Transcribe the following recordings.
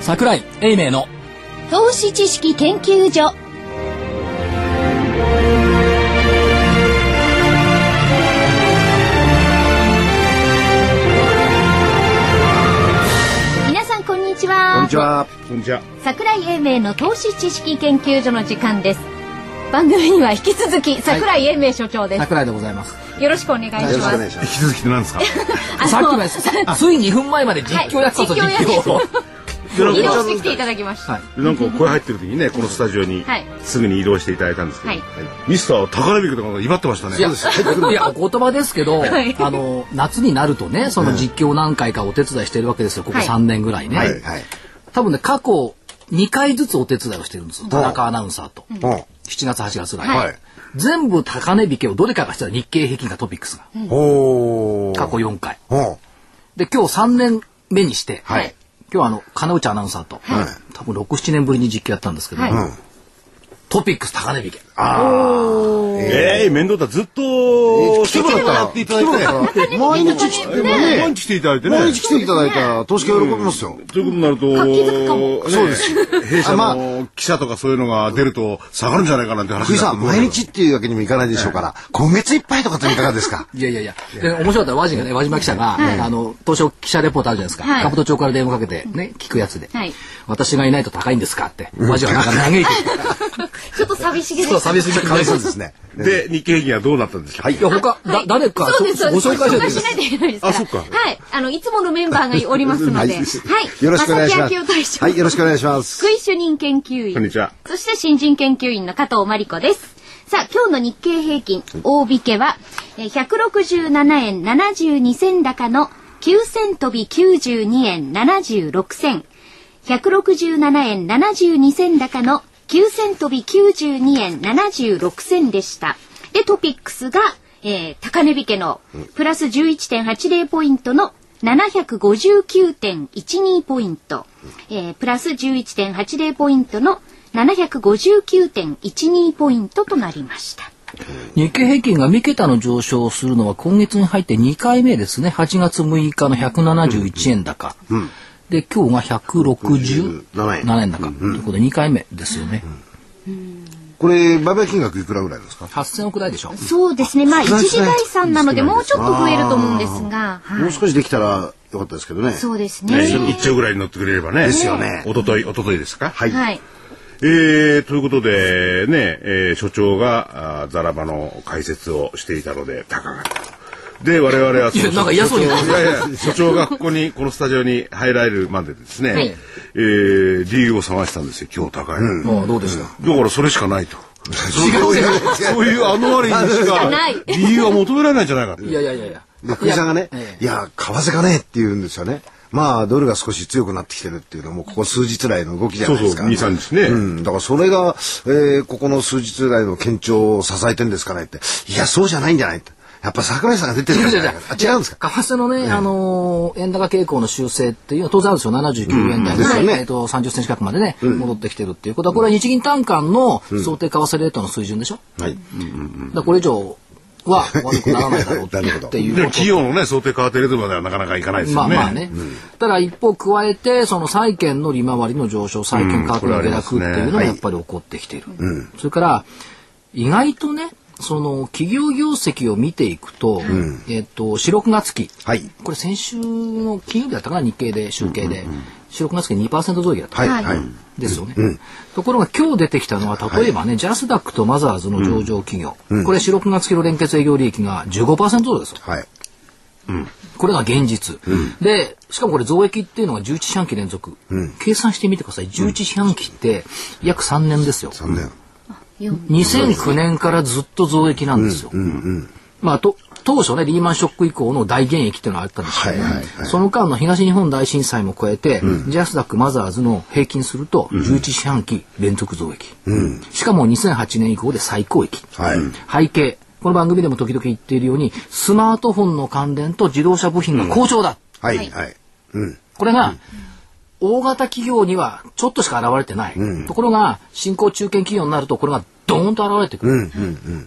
桜井英明の投資知識研究所皆さんこんにちはこんにちは。こんにちは。桜井英明の投資知識研究所の時間です番組には引き続き桜井英明所長です、桜井でございますよろしくお願いしよろしくお願まいしま引す。き続きって何です かすさっきまあでのさつい2分前まで実況やってたぞ、はい実況実況を移動してきていただきました、はいなんか声入ってる時にね、このスタジオにはいすぐに移動していただいたんですけど、はいミスター宝くとかが威張ってましたね。いやいやお言葉ですけど、 はいあの夏になるとねその実況何回かお手伝いしてるわけですよここ3年ぐらいね、はい、はい。多分ね過去2回ずつお手伝いをしてるんですよ田中アナウンサーと、7月8月ぐらい、はい。全部高値引けをどれかがしてた日経平均かトピックスがおー。過去4回おで今日3年目にして、はい今日はあの金内アナウンサーと、はい多分67年ぶりに実況やったんですけど、はいうん。トピックス高値引けええ面倒だ。ずっと、来てもらった。来てもらっていただいて。毎日来て、て。ね毎日来ていただいてね。毎日来ていただいたら、投資家喜びますよ。ということになると、活気づくかもねそうです。弊社あの記者とかそういうのが出ると下がるんじゃないかなんて話福井になさってん、くるから毎日っていうわけにもいかないでしょうから、今月いっぱいとかっていかがですかいやいやいや、で面白かったら和人がね、和島記者が、あの、東証記者レポートあるじゃないですか。はいカプト町から電話かけて、ね、聞くやつで、はい私がいないと高いんですかって、和人がなんか嘆いて、ちょっと寂しげでちょっとす寂しすぎて、かわいそうですね。で、日経平均はどうなったんですかいや、他、だ、誰か、そうです、そうでごす。紹介して紹介しないといけないですから。あそっかはい。あの、いつものメンバーがおりますの で。はい。よろしくお願いしま正木明夫大す。将。はい、よろしくお願いします。福井主任研究員。こんにちはそして新人研究員の加藤真理子です。さあ、今日の日経平均、大引けは、えー167円72銭高の9銭飛び92円76銭。167円72銭高の9銭飛び92円76銭でした。で、トピックスが、えー高値引けのプラス11.80ポイントの759.12ポイント、えープラス11.80ポイントの759.12ポイントとなりました。日経平均が3桁の上昇をするのは今月に入って2回目ですね。8月6日の171円高。で、今日が167円高。ということで2回目ですよね。これ、売買金額いくらぐらいですか8000億台でしょ。そうですね。まあ、一少ない次概算なので、少ないもうちょっと増えると思うんですが、もはう少しできたらよかったですけどね。い。そうですねね。一丁ぐらいに乗ってくれればね。ですよねおととい、おとといですか。はい。はい。えー、ということで、ね、えー所長が、あーザラバの解説をしていたので、高かった。で、我々はその、いやなんか嫌そうに所長いやいや所長がここに、このスタジオに入られるまでですね、はいえー理由を探したんですよ、今日高いの、もうどうですか。だからそれしかないと。違うよ。そういうあの割にしかない、理由は求められないんじゃないかと。いやいやいやいや。で福井さんがねいやえ、いや、為替がねって言うんですよね。まあ、ドルが少し強くなってきてるっていうのはもうここ数日来の動きじゃないですか。そうそう2 3日ねうん。だからそれが、えーここの数日来の堅調を支えてんですかねって。いや、そうじゃないんじゃないって。やっぱ桜井さんが出てるからじゃないかあ違うんですか為替のね、あのー円高傾向の修正っていうのは当然あるんですよ。79円台ですよねえっと、30銭近くまでね、戻ってきてるっていうことは、これは日銀短観の想定為替レートの水準でしょ。はい。だからこれ以上は悪くならないだろうっなるほどていうでこもと企業のね、想定変わってるとまではなかなかいかないですまよあね。まあね。ただ一方加えて、その債券の利回りの上昇、債券価格の下落っていうのがやっぱり起こってきている。それから、意外とね、その企業業績を見ていくと、えっと、4、6月期。はい。これ先週の金曜日だったかな、日経で、集計で。4、6月期2%増益だった。はい。はい。ですよね、ところが今日出てきたのは例えばね、ジャスダックとマザーズの上場企業、これ4、6月期の連結営業利益が15%増ですよはい。これが現実、でしかもこれ増益っていうのが11四半期連続、計算してみてください11四半期って約3年ですよ、残念。 2009年からずっと増益なんですよ、まあと当初ねリーマンショック以降の大減益っていうのはあったんですけど、ねはいはいはいその間の東日本大震災も超えて、ジャスダックマザーズの平均すると11四半期連続増益、しかも2008年以降で最高益、はい。背景この番組でも時々言っているようにスマートフォンの関連と自動車部品が好調だ、はい。はい。うん。これが、大型企業にはちょっとしか現れてない、ところが新興中堅企業になるとこれがドーンと現れてくる、だ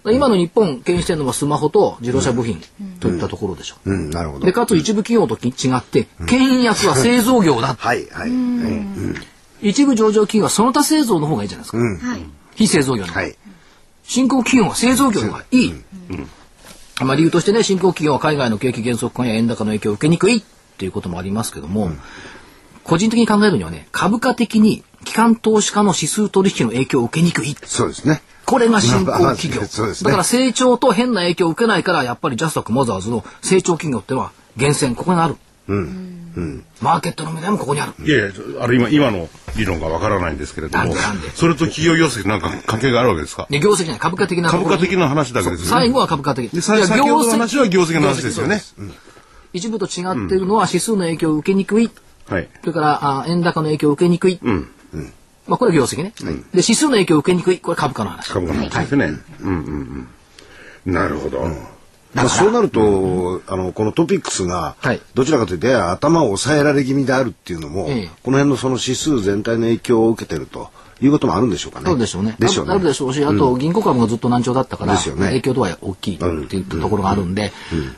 から今の日本経営してるのはスマホと自動車部品といったところでしょう、うん。なるほど。でかつ一部企業とき違って牽引役は製造業だ、はい。はい。はい。一部上場企業はその他製造の方がいいじゃないですか。はい。非製造業の方が。はい。新興企業は製造業の方がいい。まあ理由としてね、新興企業は海外の景気減速感や円高の影響を受けにくいっていうこともありますけども、個人的に考えるにはね、株価的に機関投資家の指数取引の影響を受けにくい。そうですね。これが新興企業。まあそうですねだから成長と変な影響を受けないから、やっぱりジャスタックマザーズの成長企業ってのは源泉、ここにある。マーケットの目でもここにある。いやいや、あれ今、今の理論がわからないんですけれどなんもでなんで、それと企業業績なんか関係があるわけですかで、業績じゃない、株価的なとこ株ろ価的な話だけですよね。最後は株価的。で、さ先ほどの話は業績の話ですよね。一部と違っているのは指数の影響を受けにくい。はい。それから、あ円高の影響を受けにくい。まあ、これは業績ね。で、指数の影響を受けにくい。これ株価の話。株価の話ですね。うんうんうん。なるほど。まあ、そうなると、あの、このトピックスがはい、どちらかというと、やや頭を抑えられ気味であるっていうのも、ええこの辺のその指数全体の影響を受けてるということもあるんでしょうかね。そうでしょうね。でしょうあるでね。しょうし、あと、銀行株がずっと難聴だったから、ですよね影響度は大きいっていったところがあるんで、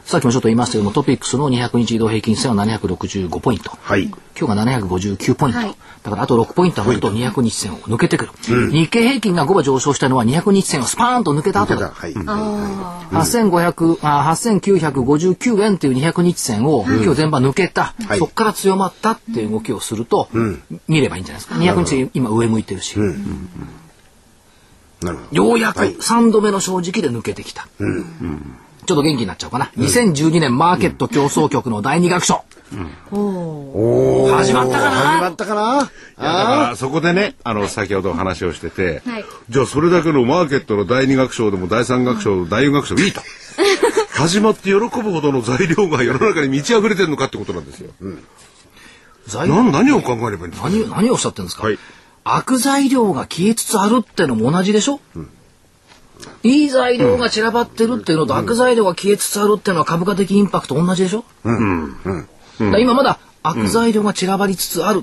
さっきもちょっと言いましたけども、トピックスの200日移動平均線は765ポイント。はい。今日が759ポイント、はいだからあと6ポイント上がると200日線を抜けてくる、日経平均が5は上昇したのは200日線をスパーンと抜けた後ただだ、はい。 8500あ8959円っていう200日線を今日全場抜けた、はいそこから強まったっていう動きをすると、見ればいいんじゃないですか200日線今上向いてるし、なるほど。ようやく3度目の正直で抜けてきた、ちょっと元気になっちゃうかな、2012年マーケット競争局の第2学書、始まったかな始まったかないやだからそこでねあの先ほど話をしてて、はいじゃあそれだけのマーケットの第二楽章でも第三楽章、第四楽章でい いと始まって喜ぶほどの材料が世の中に満ち溢れてるのかってことなんですよ、財なん、何を考えればいいんですか何何をおっしゃってるんですか、はい悪材料が消えつつあるってのも同じでしょ、いい材料が散らばってるっていうのと、悪材料が消えつつあるっていうのは株価的インパクト同じでしょ、だから今まだ悪材料が散らばりつつある、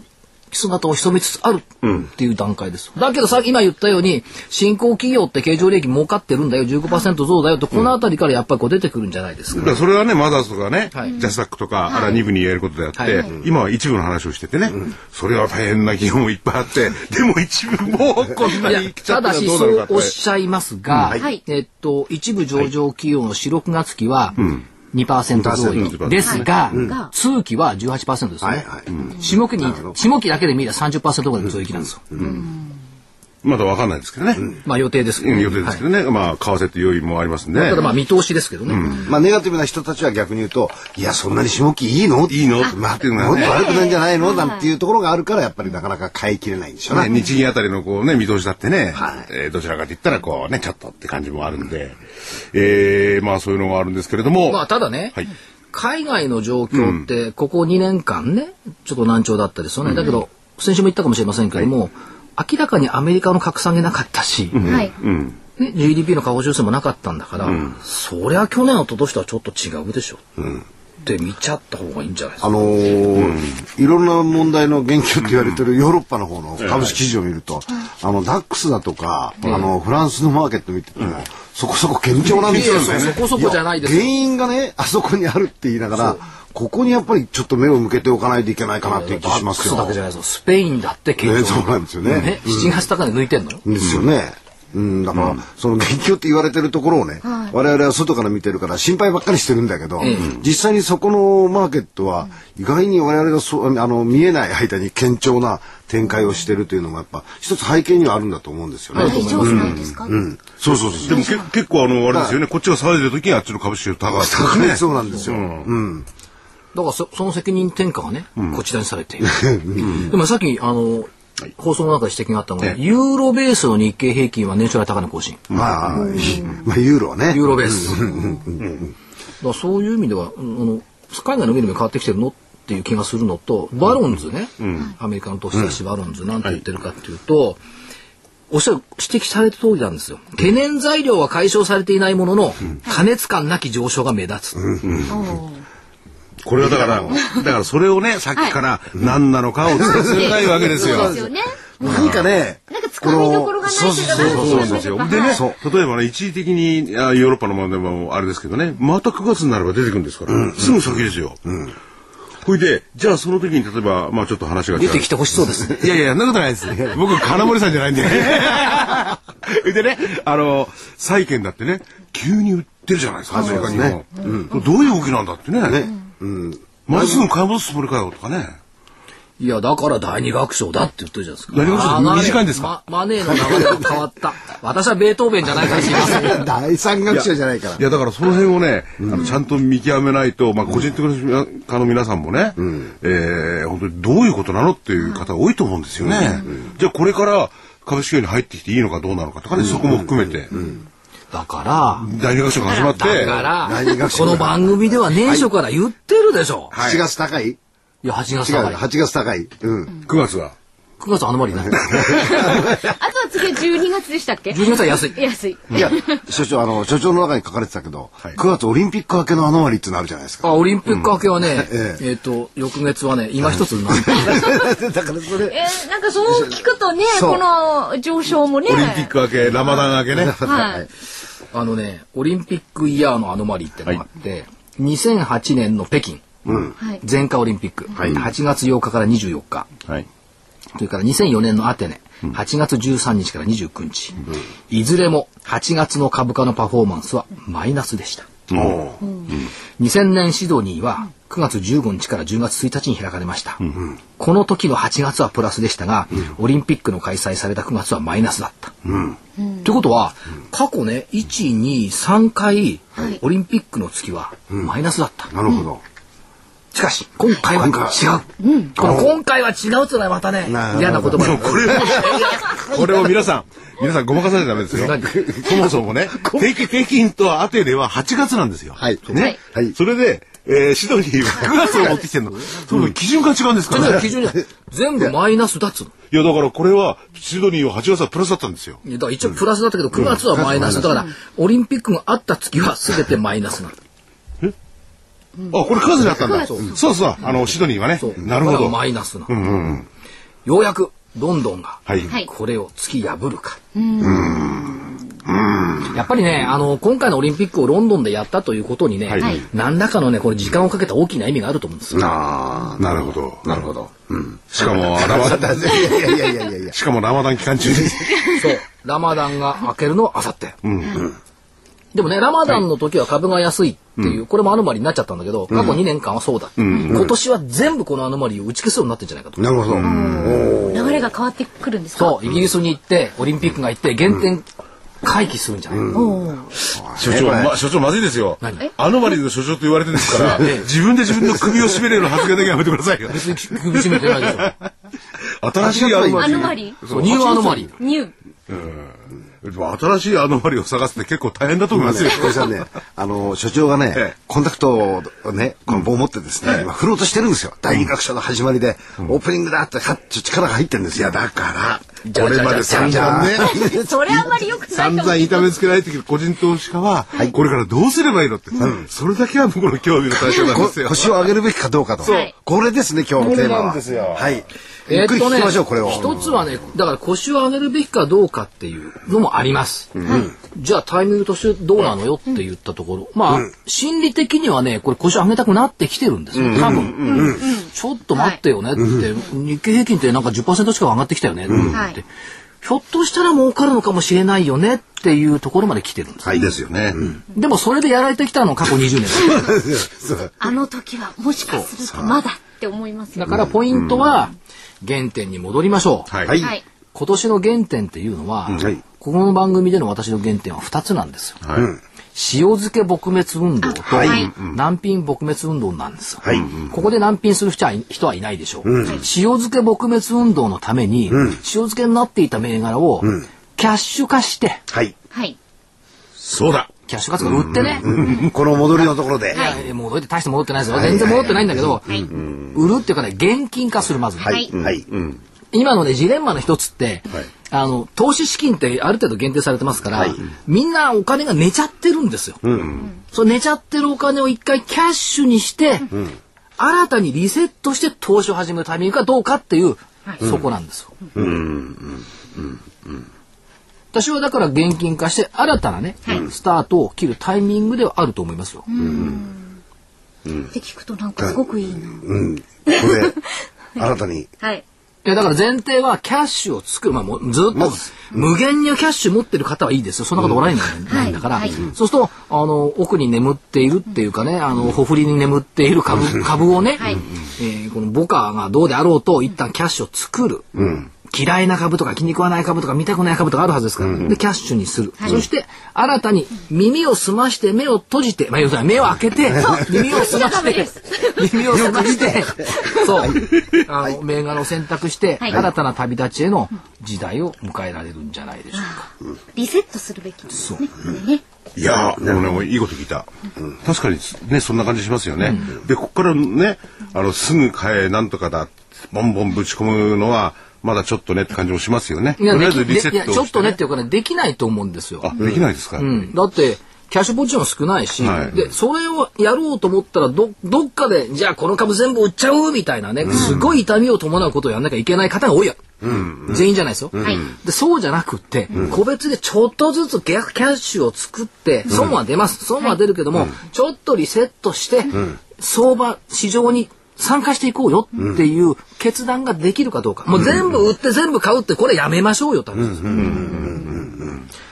姿を潜みつつあるっていう段階です、だけどさっき今言ったように新興企業って経常利益儲かってるんだよ15%増だよとこの辺りからやっぱりこう出てくるんじゃないですかだからそれはねマザーズとかね、はいジャスダックとか、あら2部にやることであって、はい今は一部の話をしててね、それは大変な企業もいっぱいあってでも一部もこんないにや来ちゃったただらしどうなそのかっうておっしゃいますが、んはいえっと一部上場企業の4、6月期は2%増2%益ですが、が通期は18%ですね。はいはい下期に下期だけで見れば30%ぐらいの増益なんですよ。まだわかんないですけどね、まあ予定ですけど。うん予定ですけどね、まあ為替って要因もありますんで、はいただまあ見通しですけどね。まあ、ネガティブな人たちは逆に言うと、いや、そんなに下期いいのいいのまあ、っていうのもっはとね悪くないんじゃないのなんていうところがあるから、やっぱりなかなか買い切れないんでしょうね、ね。日銀あたりのこうね、見通しだってね、えーどちらかと言ったらこうね、ちょっとって感じもあるんで、えーまあそういうのがあるんですけれども、まあただね、はい海外の状況ってここ2年間ねちょっと難聴だったですよね、だけど先週も言ったかもしれませんけども、明らかにアメリカの格下げなかったし、はい。ね、GDP の過去修正もなかったんだから、そりゃ去年一昨年とはちょっと違うでしょ、って見ちゃった方がいいんじゃないですあか。のーいろんな問題の言及って言われてるヨーロッパの方の株式市場を見ると、あの、ダックスだとか、あの、フランスのマーケット見てても、そこそこ堅調なんですよね。いやいやそこそこじゃないですよや原因がね、あそこにあるって言いながら、ここにやっぱりちょっと目を向けておかないといけないかなっていう気しますよ。バックスだけじゃないですよ。スペインだってね結そうなんですよねね、7月高値抜いてんのよ。ですよね。うん、だから、その言及って言われてるところをね、我々は外から見てるから心配ばっかりしてるんだけど、ええ実際にそこのマーケットは、意外に我々がそうあの見えない間に堅調な展開をしてるというのもやっぱ一つ背景にはあるんだと思うんですよね。大丈夫なんですか、そうそうそうでもけ結構あの、あれですよね、こっちが騒いでる時にあっちの株式が高かったですそう。ね。そうなんですよ。うん。だからそその責任転嫁がね、こちらにされている。でもさっき、あの、放送の中で指摘があったのえは、えユーロベースの日経平均は年初来高値更新。まあ、まあ、ユーロはね。ユーロベース。だからそういう意味では、うんあの、海外の見る目変わってきてるのっていう気がするのと、バロンズね、アメリカの投資雑誌バロンズなんて言ってるかっていうと、おっしゃる、指摘された通りなんですよ。懸念材料は解消されていないものの、過熱感なき上昇が目立つ。おーこれはだから、だからそれをね、さっきから何なのかを伝えないわけですよ。そうですよね。何かね、なんか掴みどころがないけどそうなそうなんですよ。でね、そ例えばね、一時的にあヨーロッパの問題もあれですけどね、また9月になれば出てくるんですから、すぐ先ですよ。ほいで、じゃあその時に例えば、まあちょっと話が違う出てきてほしそうですね。いやいや、そんなことないで すね。僕、金森さんじゃないんでね。 でね、あの、債券だってね、急に売ってるじゃないですか、アメリカにも。うんどういう動きなんだってね。まっすぐ買い戻すつもりかよとかね。いや、だから第二楽章だって言ってるじゃないですか。第二楽章あー短いんですかまマネーの流れが変わった。私はベートーベンじゃないからすいません。 第三学者じゃないからい。やだからその辺をね、あのちゃんと見極めないと、まあ、個人的な家の皆さんもね、えー本当にどういうことなのっていう方多いと思うんですよね。じゃあこれから株式業に入ってきていいのかどうなのかとかね、そこも含めて、だから、第二学章が始まって、だから第二、楽章この番組では年初から言ってるでしょ。 7月高い違う、いや、8月だから。 8月高い。うん。 9月は。 9月あのまりない。あとは次は12月でしたっけ12月は安い。安い。いや、所長、あの、所長の中に書かれてたけど、9月オリンピック明けのアノマリってのあるじゃないですか。あ、オリンピック明けはね、ええっと、翌月はね、今一つなんでだからそれ、えー、なんかそう聞くとね、そうこの上昇もね。オリンピック明け、ラマダン明けね。はい。あのね、オリンピックイヤーのアノマリーってのがあって、2008年の北京、はい。前回オリンピック、い8月8日から24日、はい。それから2004年のアテネ、8月13日から29日、いずれも8月の株価のパフォーマンスはマイナスでした。もう、 2000年シドニーは9月15日から10月1日に開かれました、この時の8月はプラスでしたが、オリンピックの開催された9月はマイナスだった、ということは、過去ね123回、オリンピックの月はマイナスだった、なるほど。しかし今回は違う、この今回は違うっていうのはまたねなるほど嫌な言葉だこれを、 これを皆さん、皆さんごまかさないとダメですよ何。そもそもね、北京北京とアテネは8月なんですよ。はいね。はいそれで、えーシドニーは9月を持ってきてるの。その基準が違うんですかだらかねら。基準に全部マイナスだっつうのいや、だからこれは、シドニーは8月はプラスだったんですよ。いやだから一応プラスだったけど9月はマイナスだからオリンピックがあった月は全てマイナスなんだあ、これ数になったんだ。そうそうそう、あの、シドニーはねそう。なるほだからど。マイナスなの、ようやくロンドンがはい。はいこれを突き破るか、やっぱりねあの今回のオリンピックをロンドンでやったということにね、はいはい何らかのねこれ時間をかけた大きな意味があると思うんですよ、あなるほど。なるほど。うん。しかも、ラマダン、いや いやいやいやいや。しかもラマダン期間中に。そうラマダンが明けるのはあさってでもねラマダンの時は株が安いっていう、これもアノマリになっちゃったんだけど過去2年間はそうだった、今年は全部このアノマリを打ち消すようになってんじゃないかとなるほど。流れが変わってくるんですかそう、イギリスに行って、オリンピックが行って、原点回帰するんじゃない、所長、ま、所長まずいですよ。アノマリーの所長と言われてるんですから、自分で自分の首を絞めるような発言だけはやめてくださいよ。別に首絞めてないでしょ。新しいアノマアリノーマリーそうニューアノマリー。ニュー。でも新しいアノマリーを探すって結構大変だと思いますよ。これさんね、あの、所長がええね、コンタクトをね、この棒を持ってですね、今振ろうとしてるんですよ。第二楽章の始まりで、オープニングだって、はっちょ力が入ってるんですよ。いやだから、これまで散々ね。それあんまり良くないか散も々痛めつけられてきる個人投資家は、これからどうすればいいのって、それだけは僕の興味の対象なんですこよ。腰を上げるべきかどうかとそう。これですね、今日のテーマこれなは。んですよはい。ゆっくり聞きましょう、これを。一つはね、だから腰を上げるべきかどうかっていうのもあります。じゃあタイミングとしてどうなのよって言ったところ、まあ、心理的にはね、これ腰を上げたくなってきてるんですよ、多分。ちょっと待ってよねって、日経平均ってなんか10%近く上がってきたよねって言って、はいひょっとしたら儲かるのかもしれないよねっていうところまで来てるんです。はい、ですよね。でもそれでやられてきたのが過去20年。あの時はもしかするとまだって思いますよだからポイントは原点に戻りましょう。はい。はい。はい。今年の原点っていうのは、はいここの番組での私の原点は2つなんですよ。はい塩漬け撲滅運動とはい難品撲滅運動なんですよ。はい。ここで難品する人はい人はいないでしょう。塩漬け撲滅運動のために、塩漬けになっていた銘柄をキャッシュ化して、はい。はい。そうだ。キャッシュ化とか売ってね、この戻りのところで。はいえー戻って大して戻ってないですよ。全然戻ってないんだけど、売るっていうかね、現金化するまず。はい。はい。今のねジレンマの一つって、はいあの投資資金ってある程度限定されてますから、みんなお金が寝ちゃってるんですよ。その寝ちゃってるお金を一回キャッシュにして、新たにリセットして投資を始めるタイミングかどうかっていう、そこなんですよ。私はだから現金化して新たなね、スタートを切るタイミングではあると思いますよ。って聞くとなんかすごくいいな。これ、新たに。はい。いや、だから前提はキャッシュを作る。まあ、もうずっとまず、無限にキャッシュ持ってる方はいいですよ。そんなことおられないんだ,、はいん、だから、はいそうすると、あの、奥に眠っているっていうかね、あの、ほふりに眠っている株、株をね、はいえーこの母価がどうであろうと、一旦キャッシュを作る。嫌いな株とか気に食わない株とか見たくない株とかあるはずですから、でキャッシュにする、そして新たに耳を澄まして目を閉じて、まあ、要するに目を開けて 耳を澄まダしメてです。耳を澄まして、そう、あの、銘柄を選択して、はい新たな旅立ちへの時代を迎えられるんじゃないでしょうか。リセットするべきですね。ね。いやー、でもね、もういいこと聞いた。確かにね、そんな感じしますよね。で、ここからね、あの、すぐ買え、なんとかだ、ボンボンぶち込むのは、まだちょっとねって感じもしますよね。といりや、あえでずきリセッでいトや、をちょっしてとねねっていうかね、できないと思うんですよ。あ、できないですか。うんだって、キャッシュポジション少ないし、はいで、それをやろうと思ったら、ど、どっかで、じゃあこの株全部売っちゃおうみたいなね、すごい痛みを伴うことをやんなきゃいけない方が多いや。全員じゃないですよ。はい。でそうじゃなくって、個別でちょっとずつ逆キャッシュを作って損は出ます、損は出るけども、ちょっとリセットして、相場市場に参加していこうよっていう決断ができるかどうか、もう全部売って全部買うってこれやめましょうよって話ですよ。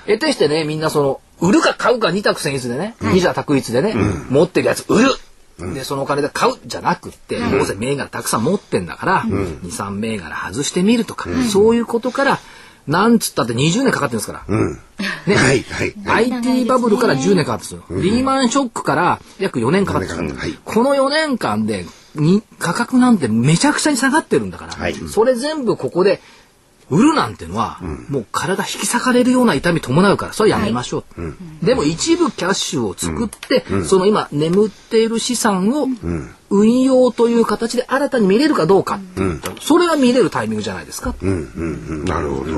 得てしてねみんなその売るか買うか二択選一でね、二者択一でね、持ってるやつ売る、でそのお金で買うじゃなくって、どうせ銘柄たくさん持ってんだから、二三23銘柄外してみるとか、そういうことからなんつったって20年かかってるんですから、ねはい、はい。 IT バブルから10年かかってるんですよ、リーマンショックから約4年かかってるんですよ、はいこの4年間でに価格なんてめちゃくちゃに下がってるんだから、はいそれ全部ここで売るなんてのは、もう体引き裂かれるような痛み伴うからそれやめましょう、でも一部キャッシュを作って、その今眠っている資産を運用という形で新たに見れるかどうかっていうと、それが見れるタイミングじゃないですか、なるほど。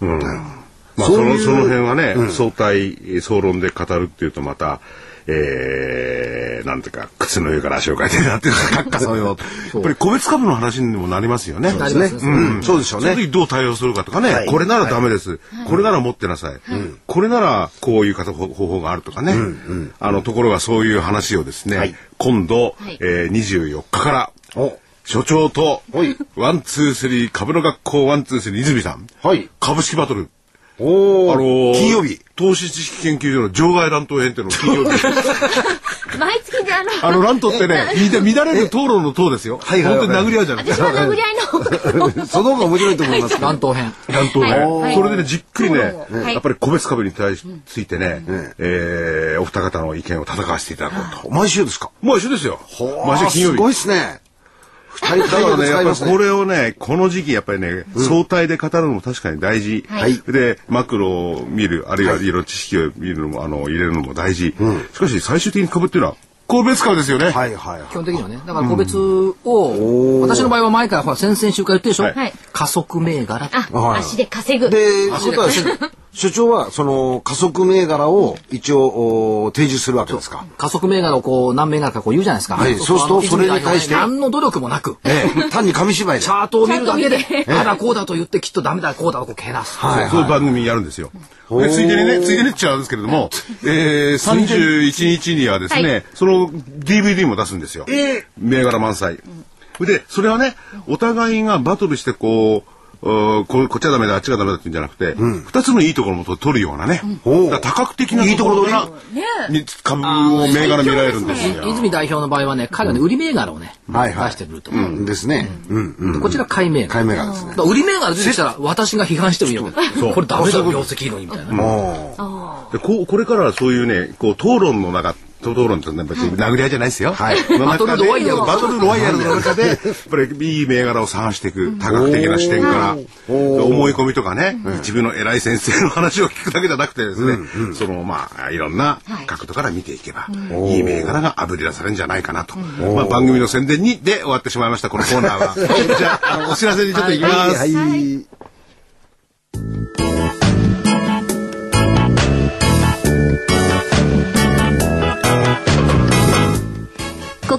うん。まあ、そそういの、うその辺はね、相対、総論で語るっていうとまた、えー、なんていうか、靴の上から足をかいてなってるか、かそうよ。やっぱり個別株の話にもなりますよね。なりますねうん、そうでしょうね。その時どう対応するかとかね、はいこれならダメです、これなら持ってなさい、これならこういう方法方法があるとかね、あのところがそういう話をですね、はい今度、いえー、24日からお、所長とワンツースリー株の学校ワンツースリー泉さん、はい株式バトルおあのー金曜日。投資知識研究所の場外乱闘編っていうのを 金曜日毎月であの、あの乱闘ってねみ乱れる討論の党ですよ、はいはいはい本当に殴り合うじゃない私は殴り合いの方がその方が面白いと思いますけど。乱闘編担当はいね、はいそれでねじっくりね、うんはいやっぱり個別株に対しついてね、んえーお二方の意見を戦わせていただこうと。毎週ですかもう一緒ですよ。毎週金曜すごい日。ですね。二人だか対応らでね、使やいっまぱすりこね。れをね、この時期やっぱりね、相対で語るのも確かに大事。はいで、マクロを見る、あるいはいろいろ知識を見るのも、あの、入れるのも大事。しかし、最終的に株っていうのは、個別株ですよね。はいはいはい基。本的にはね。だから個別を、私の場合は前からほら先々週から言ってるでしょ、はい加速銘柄。 あ、足で稼ぐ。で、ことは、 所長は、その、加速銘柄を一応、お提示するわけですか。加速銘柄をこう何銘柄かこう言うじゃないですか。はいそうするとあのそれに対していつものように何の努力もなく、ええ、単に紙芝居でチ。ャートを見るだけチャで、あだこうだと言ってきっとダメだこうだとこうけなす。はいそういはう番組やるんですよ。でついでにね、ついでにっちゃうんですけれども、 えー、31日にはですね、はその DVD も出すんですよ。銘柄満載。で、それはね、お互いがバトルしてこう、うんここっちはダメだあっちがダメだって言うんじゃなくて、二つのいいところもと取るようなね、おうだから多角的ないいところからみ株を銘柄見られるんですよ。泉代表の場合はね、彼はね、売り銘柄をね、はいはい出してくると。い。うん、ですね。うん、うん。でこちら買い銘柄。買い銘柄ですねだ。から売り銘柄出てきたら私が批判してもいいよ。これダメだよ、業績いいのにみたいな。もでこうこれからはそういうねこう討論の中討論ってね別に殴り合いじゃないですよ。はい。バトルロワイヤルバトルロワイヤルの中で、やっぱりいい銘柄を探していく、多角的な視点から、思い込みとかね、自分の偉い先生の話を聞くだけじゃなくてですね、その、まあ、いろんな角度から見ていけば、いい銘柄が炙り出されるんじゃないかなと。まあ、番組の宣伝に、で終わってしまいました、このコーナーは。じゃああの、お知らせにちょっといきう。ます。はい。はいこ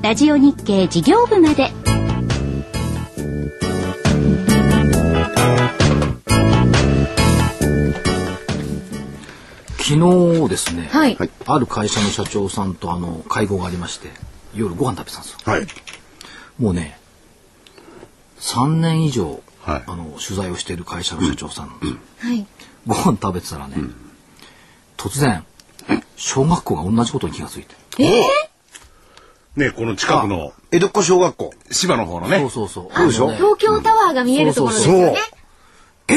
ラジオ日経事業部まで昨日ですね、はいはいある会社の社長さんとあの会合がありまして夜ご飯食べてたんですよはい。もうね3年以上、はいあの取材をしている会社の社長さんなんですよ、はいご飯食べてたらね、突然小学校が同じことに気がついてね、この近くの江戸っ子小学校。芝の方のねそう。そうそうそうでしょあのね東京タワーが見えるところですよねえ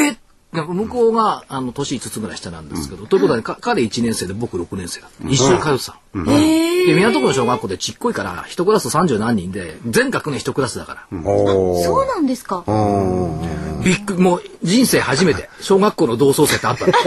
なんか向こうがあの年5つぐらい下なんですけど、ということは、ね、か彼1年生で僕6年生だった一緒に通ってたの、で港区の小学校でちっこいから一クラス30何人で全学年一クラスだから、おそうなんですかビッグもう人生初めて小学校の同窓生ってあ ったのだっ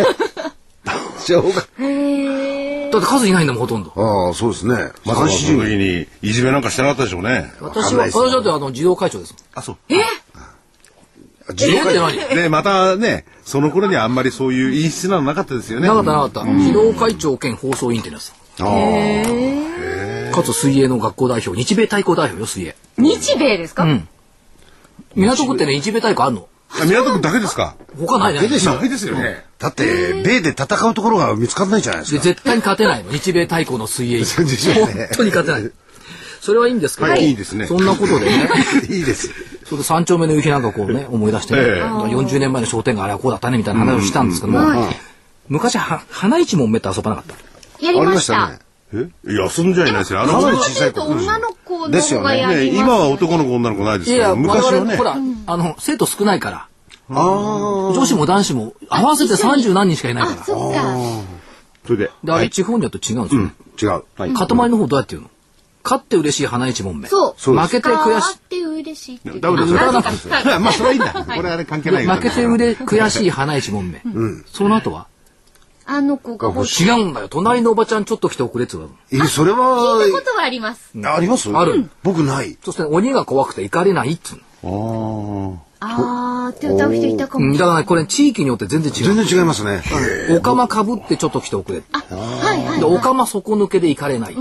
小学校。て数いないんだもんほとんどああ、そうですね。まさかその時にいじめなんかしてなかったでしょうね。私わかんなはい私ですねだってあの児童会長ですあ、そう。もん児童会長って何で、またね、その頃にはあんまりそういう陰湿なのなかったですよね。なかったなかった、児童会長兼放送委員ってなさかつ水泳の学校代表日米対抗代表よ水泳日米ですか、港区ってね日米対抗あるのあ港区だけですか他ないね出てしまなうい。ですよね。だって、米で戦うところが見つかんないじゃないですでか。絶対に勝てないの日米対抗の水泳にそうでしょう本ね当に勝てないそれはいいんですけど、はいいいですねそんなことでね いいです。それで三丁目の夕日なんかこうね思い出してね、ええ40年前の商店街あれはこうだったねみたいな話をしたんですけども、昔は花一門目って遊ばなかったやりありままししたたね。え休んじゃいないですよ。あのかなり頃小さい頃。女の子のです方よがねやね、ります、今は男の子女の子ないですいけやど、我昔は々ねほ、ら、あの生徒少ないからあ女子も男子も合わせて一緒に30何人しかいないからあそっかそれで。であれ地方によって違うんですよね、あ、違う。塊の方どうやって言うの勝って嬉しい花一門目そうそうです負けて悔しあって嬉しいっていうダブルですあよなぜか深い まあ、それはいいんだ。これあれ関係ない負けてうれ悔しい花一門目、その後はあの子が欲しい違うんだよ隣のおばちゃんちょっと来て遅れっつうのえ、それ聞いたはこ、とはありますありますあるうん僕ない。そして鬼が怖くて怒れないっつうあーあーって歌う人いたかの、もだからねこれ地域によって全然違全う然違いますね。おかまかぶってちょっと来て遅れあはいはいでおかま底抜けで怒れない、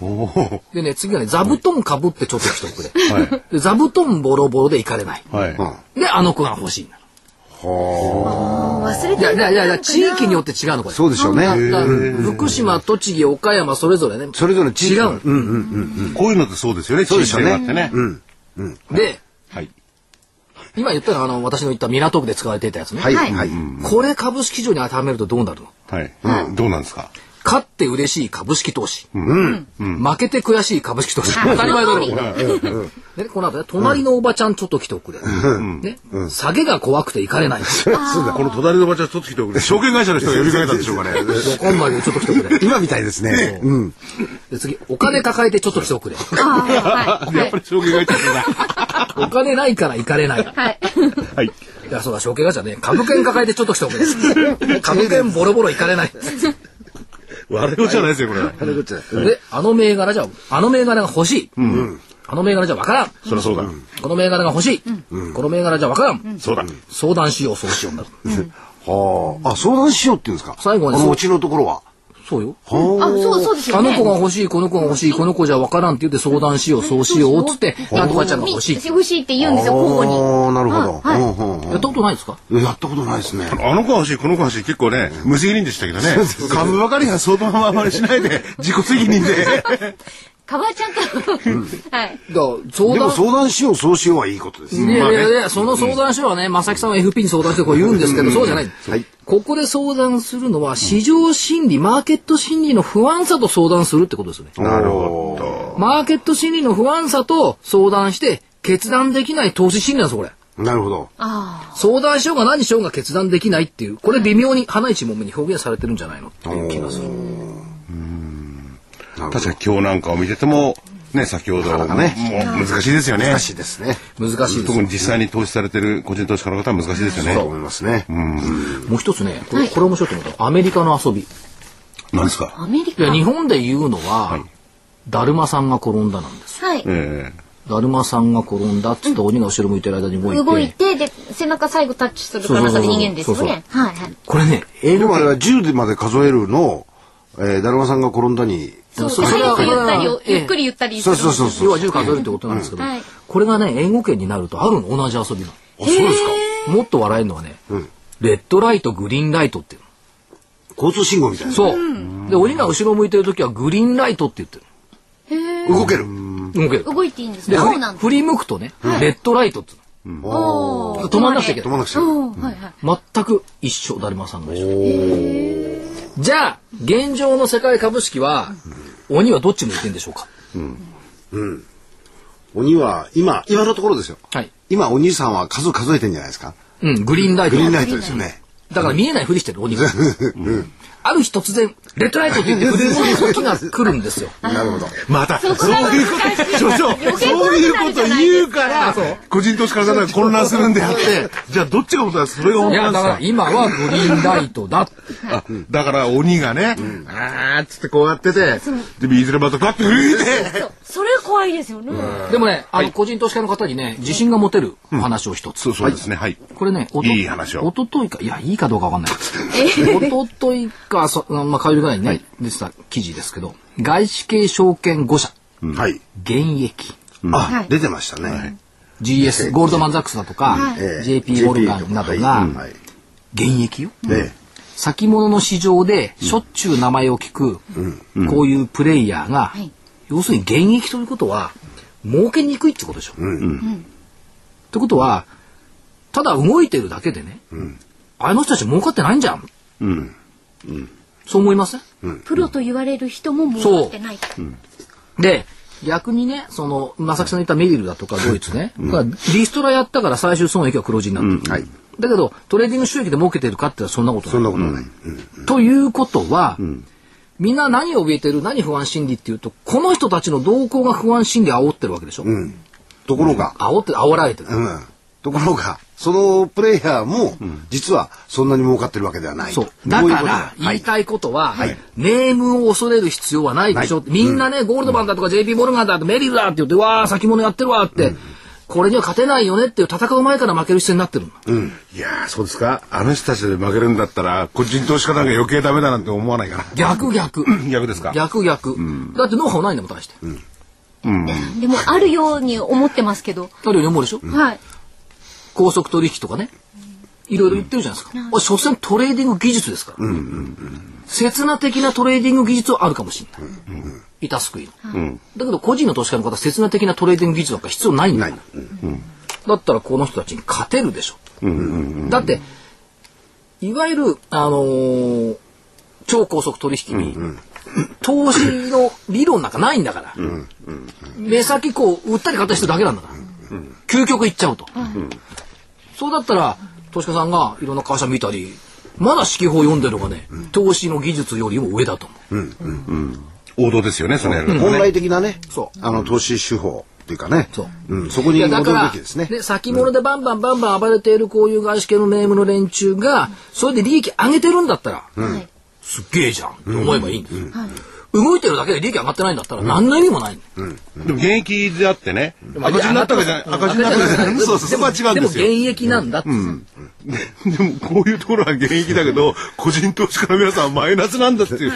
おーでね次はね座布団かぶってちょっと来て遅れ、はで座布団ボロボロで怒れないい。はい。であの子が欲しいな忘れいてやいるやいやいや地域によって違うのこれそうでしょうね。だから福島栃木岡山それぞれねそれぞれ地域違うがの、こういうのってそうですよね、そうでしょうね地域性があってね。ではい。今言ったのはあの私の言った港区で使われていたやつね、はい、はいはい。これ株式市場に当てはめるとどうなるのはい。どうなんですか勝って嬉しい株式投資、負けて悔しい株式投資、当たり前だろこれでこの後ね隣のおばちゃんちょっと来ておくれ、ね下げが怖くて行かれないんですよこの隣のおばちゃんちょっと来てくれ。証券会社の人が呼びかけたんでしょうかね。どこまでちょっと来ておくれ 今みたいですね。うん。で次お金抱えてちょっと来てお くれあーはいはやっいぱり証券会社だ。お金ないから行かれないはいはい。いやそうだ証券会社ね株券抱えてちょっと来ておく れ株券ボロボロ行かれない悪いことじゃないですよ、これは。であの銘柄じゃあの銘柄が欲しい、あの銘柄じゃわからんそりゃそうだ。この銘柄が欲しい、この銘柄じゃわからん、そうだ。相談しようそうしようになるはあ。あ、相談しようって言うんですか最後にあの、うちのところは。そうよ。あ、そう、そうですよあね。の子が欲しい、この子が欲しい、この子じゃ分からんって言って相談しよう、そうしよう、つって、なんとかちゃんが欲しいって。欲しいって言うんですよ、交互に。ああ、なるほど。はいうんうんやったことないですかうんやったことないですね。あの子欲しい、この子欲しい、結構ね、無責任でしたけどね。 株ばかりは相場はあまりしない で、自己責任で。かばちゃんか。はい。だから相でも談相談しよう、そうしようはいいことです。いやいやいや、その相談書はね、正木さんは FP に相談してこう言うんですけど、そうじゃない。ここで相談するのは、市場心理、マーケット心理の不安さと相談するってことですよね。なるほど。マーケット心理の不安さと相談して、決断できない投資心理なんですよ、これ。なるほど。あ相談しようが何しようが決断できないっていう、これ微妙に花一もめに表現されてるんじゃないのっていう気がする。確かに今日なんかを見てても、ね、先ほど、もう難しいですよね。難しいですね。難しいです特に実際に投資されてる個人投資家の方は難しいですよそうね。思いますね。もう一つね、これ、これ面白いと思ったのアメリカの遊び。いなんですあ。アかメリカ。や、は日い。本で言うのは、だるまさんが転んだなんです。ええだるまさんが転んだっつって鬼が後ろ向いてる間に動いて。動いて、で、背中最後タッチするからそれ人間ですよね。はいはい。これね、英で語もあれは10でまで数えるの、えー、だるまさんが転んだに、そう、そ早うそれはく言ったりこ、れはゆっくり言ったりすそる。うそうそうそう。要は10数えるってことなんですけど、はいこれがね、英語圏になるとあるの、同じ遊びが。あ、そうですもっと笑えるのはね、レッドライト、グリーンライトっていうの。か。交通信号みたいな。そう。で、鬼が後ろ向いてるときはグリーンライトって言ってる。動ける。動ける。動いていいんですで、ね。そ振うりなんです。振り向くとね、レッドライトっておー止まらなくちゃいけ止なまい。なくちゃ。おーはいはい。全く一緒、だるまさんが一緒。じゃあ、現状の世界株式は、鬼はどっち向いてんでしょうか鬼は、今、今のところですよ。はい。今、お兄さんは数数えてんじゃないですか。うん、グリーンライト。グリーンライトですよね。だから見えないふりしてる鬼が。ある日突然、レッドライトって言って振り向く時が来るんです よ。なるほど。また、そうこがいうこと、所長、余計そういう怖くこなるじとゃない言うから、個人投資家の方が混乱するんであって、じゃあどっちが本当だそれがい本や、当だからなんです今はグリーンライトだ。かあだから鬼がね、あーっつってこうやってて、で、いずれまたガッて振りて、そうそれ怖いですよね。でもね、あの、個人投資家の方にね、自信が持てるお話を一つ。そうそうですね。はい。これね、おといい話をおとといか、いや、いいかどうかわかんない。おとといか、そまあ、火曜日ぐらいにね、出てた記事ですけど、外資系証券5社、はい。現役、あ、出てましたね。 GS、ゴールドマン・ザックスだとか、ええ JP モルガンなどがはいうん、はい現役よ。ね先物の市場でしょっちゅう名前を聞く、こういうプレイヤーが、い要するに現役ということは儲けにくいってことでしょ。ってことはただ動いてるだけでね、あの人たち儲かってないんじゃん、そう思いませんプロと言われる人も儲かってない。で逆にねその正木さんの言ったメディルだとかドイツね、がリストラやったから最終損益は黒字になってる、はい。だけどトレーディング収益で儲けてるかってのはそんなことないそんなことない。ということは、みんな何を怯えてる何不安心理っていうとこの人たちの動向が不安心理を煽ってるわけでしょ、うんところが、煽って煽られてる、うんところが、そのプレイヤーも、実はそんなに儲かってるわけではない。そうどだういうかことらは言いいたいことは、ネームを恐れる必要はないでしょってみんなね、ゴールドマンだとか JP モルガンだとかメリルだって言ってわあ先物やってるわって、これには勝てないよねっていう戦う前から負ける姿勢になってるのいやー、そうですか。あの人たちで負けるんだったら、個人投資家なんか余計ダメだなんて思わないか逆逆ら。逆ですか。逆逆、だってノウハウないんだもん大して、だでも、あるように思ってますけど。より思うでしょ、はい。高速取引とかねいろいろ言ってるじゃないですか、あ所詮トレーディング技術ですから、刹那的なトレーディング技術はあるかもしれない、板すくいの、だけど個人の投資家の方は刹那的なトレーディング技術なんか必要ないんだからだったらこの人たちに勝てるでしょ、だっていわゆる、あのー超高速取引に、投資の理論なんかないんだから、目先こう売ったり買ったりしてるだけなんだから、究極いっちゃうと、そうだったら投資家さんがいろんな会社見たりまだ指揮法読んでるのがね、投資の技術よりも上だと思う、王道ですよね、その辺本はね。来的なねそ、うあの、投資手法っていうかね、そううんそこにいや戻だかるべらきですね。先物でバンバンバンバン暴れているこういう外資系のネームの連中がそれで利益上げてるんだったら、はい。すっげえじゃんって思えばいいんです、動いてるだけで利益上がってないんだったら何の意味もない、でも現役であってね、赤字になったわけじゃない。赤字になったわけじゃない。そうそう、そこは違うんででもす現よ。役なんだって、でもこういうところは現役だけど、個人投資家の皆さんはマイナスなんだっていう。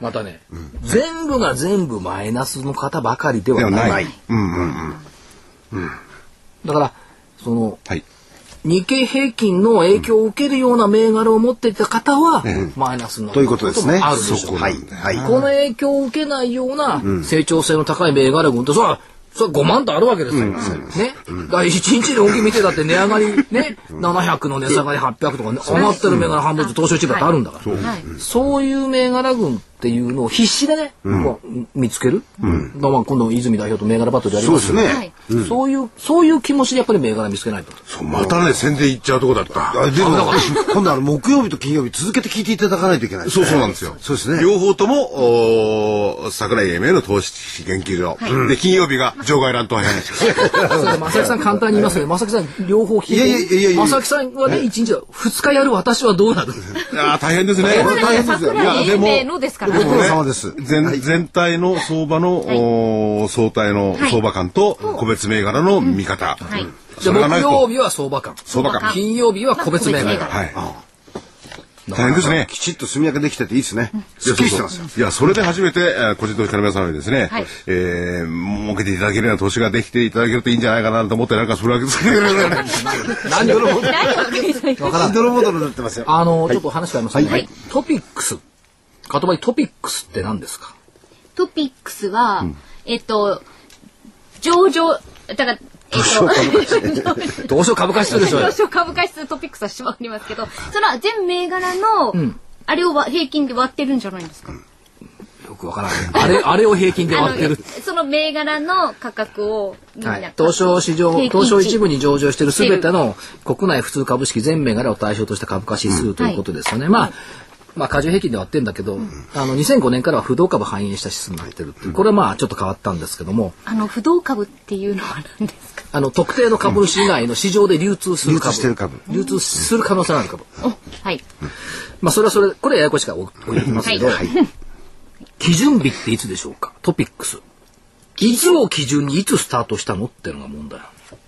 またね、全部が全部マイナスの方ばかりではない。ないだから、その、はい。日経平均の影響を受けるような銘柄を持っていた方は、マイナスになるということですね。あるでしそょこう。はい。はい。この影響を受けないような成長性の高い銘柄群って、そら、そら5万とあるわけですよ。ね。だから1日で大きい見てたって値上がりね、700の値下がり800とかね、上がってる銘柄半分ずつ東証一部ってあるんだから。はい。そういう銘柄群っていうのを必死でね、こう見つける。だから今度泉代表と銘柄バトルやりそうまですすよね。はねい。そういう、そういう気持ちでやっぱり銘柄見つけないと。そう、またね、宣伝行っちゃうとこだった。あでも、今度は木曜日と金曜日続けて聞いていただかないといけない、そうそうなんですよ。そうですね。両方とも、おー桜井英明の投資研究所。で、金曜日が場外乱闘編。 それで正木さん簡単に言いますけど、正木さん両方聞いいやいやいやいやて、いや正木さんはね、一日だ、二日やる私はどう なるああ、大変ですね。これ大変ですよ。いや、や桜井でも英明のですかおらね。疲れ様です。全全体の相場の、いおー相対のはい相場感と個別銘柄の見方。はいじそゃれがな木い曜と日は相場感。相場感。はい。金曜日は個別銘柄。大変ですね。きちっと墨分けできてていいですね。すっきりしてますよ。いや、それで初めて、えー個人投資家の皆様にですね、はいえー、儲けていただけるような投資ができていただけるといいんじゃないかなと思って、なんかそれわけですけどね。 何よりも泥ボトルになってますよ。あの、ちょっと話変えますね。はいトピックス。言葉にトピックスって何ですか トピックスは、えっと、上場、だから、えっと、どうしよう株価指数でしょう よ 上。昇株価指数トピックスはしまわりますけど、それは全銘柄の、あれをわ平均で割ってるんじゃないんですか。よくわからない。あれ、あれを平均であ割ってのる。、その銘柄の価格をみんな、はい、東証市場、平均値東証一部に上場しているすべての国内普通株式全銘柄を対象とした株価指数ということですよね。まあ、まあ、過重平均ではあってんだけど、あの、2005年からは不動株反映した指数になってるっていうこれはまあ、ちょっと変わったんですけども、あの、不動株っていうのは何ですかあの、特定の株主以外の市場で流通する株。流通してる株。流通する可能性のある株。おはい。まあ、それはそれ、これややこしいから置いてきますけど、はい基準日っていつでしょうかトピックス。いつを基準にいつスタートしたのっていうのが問題なの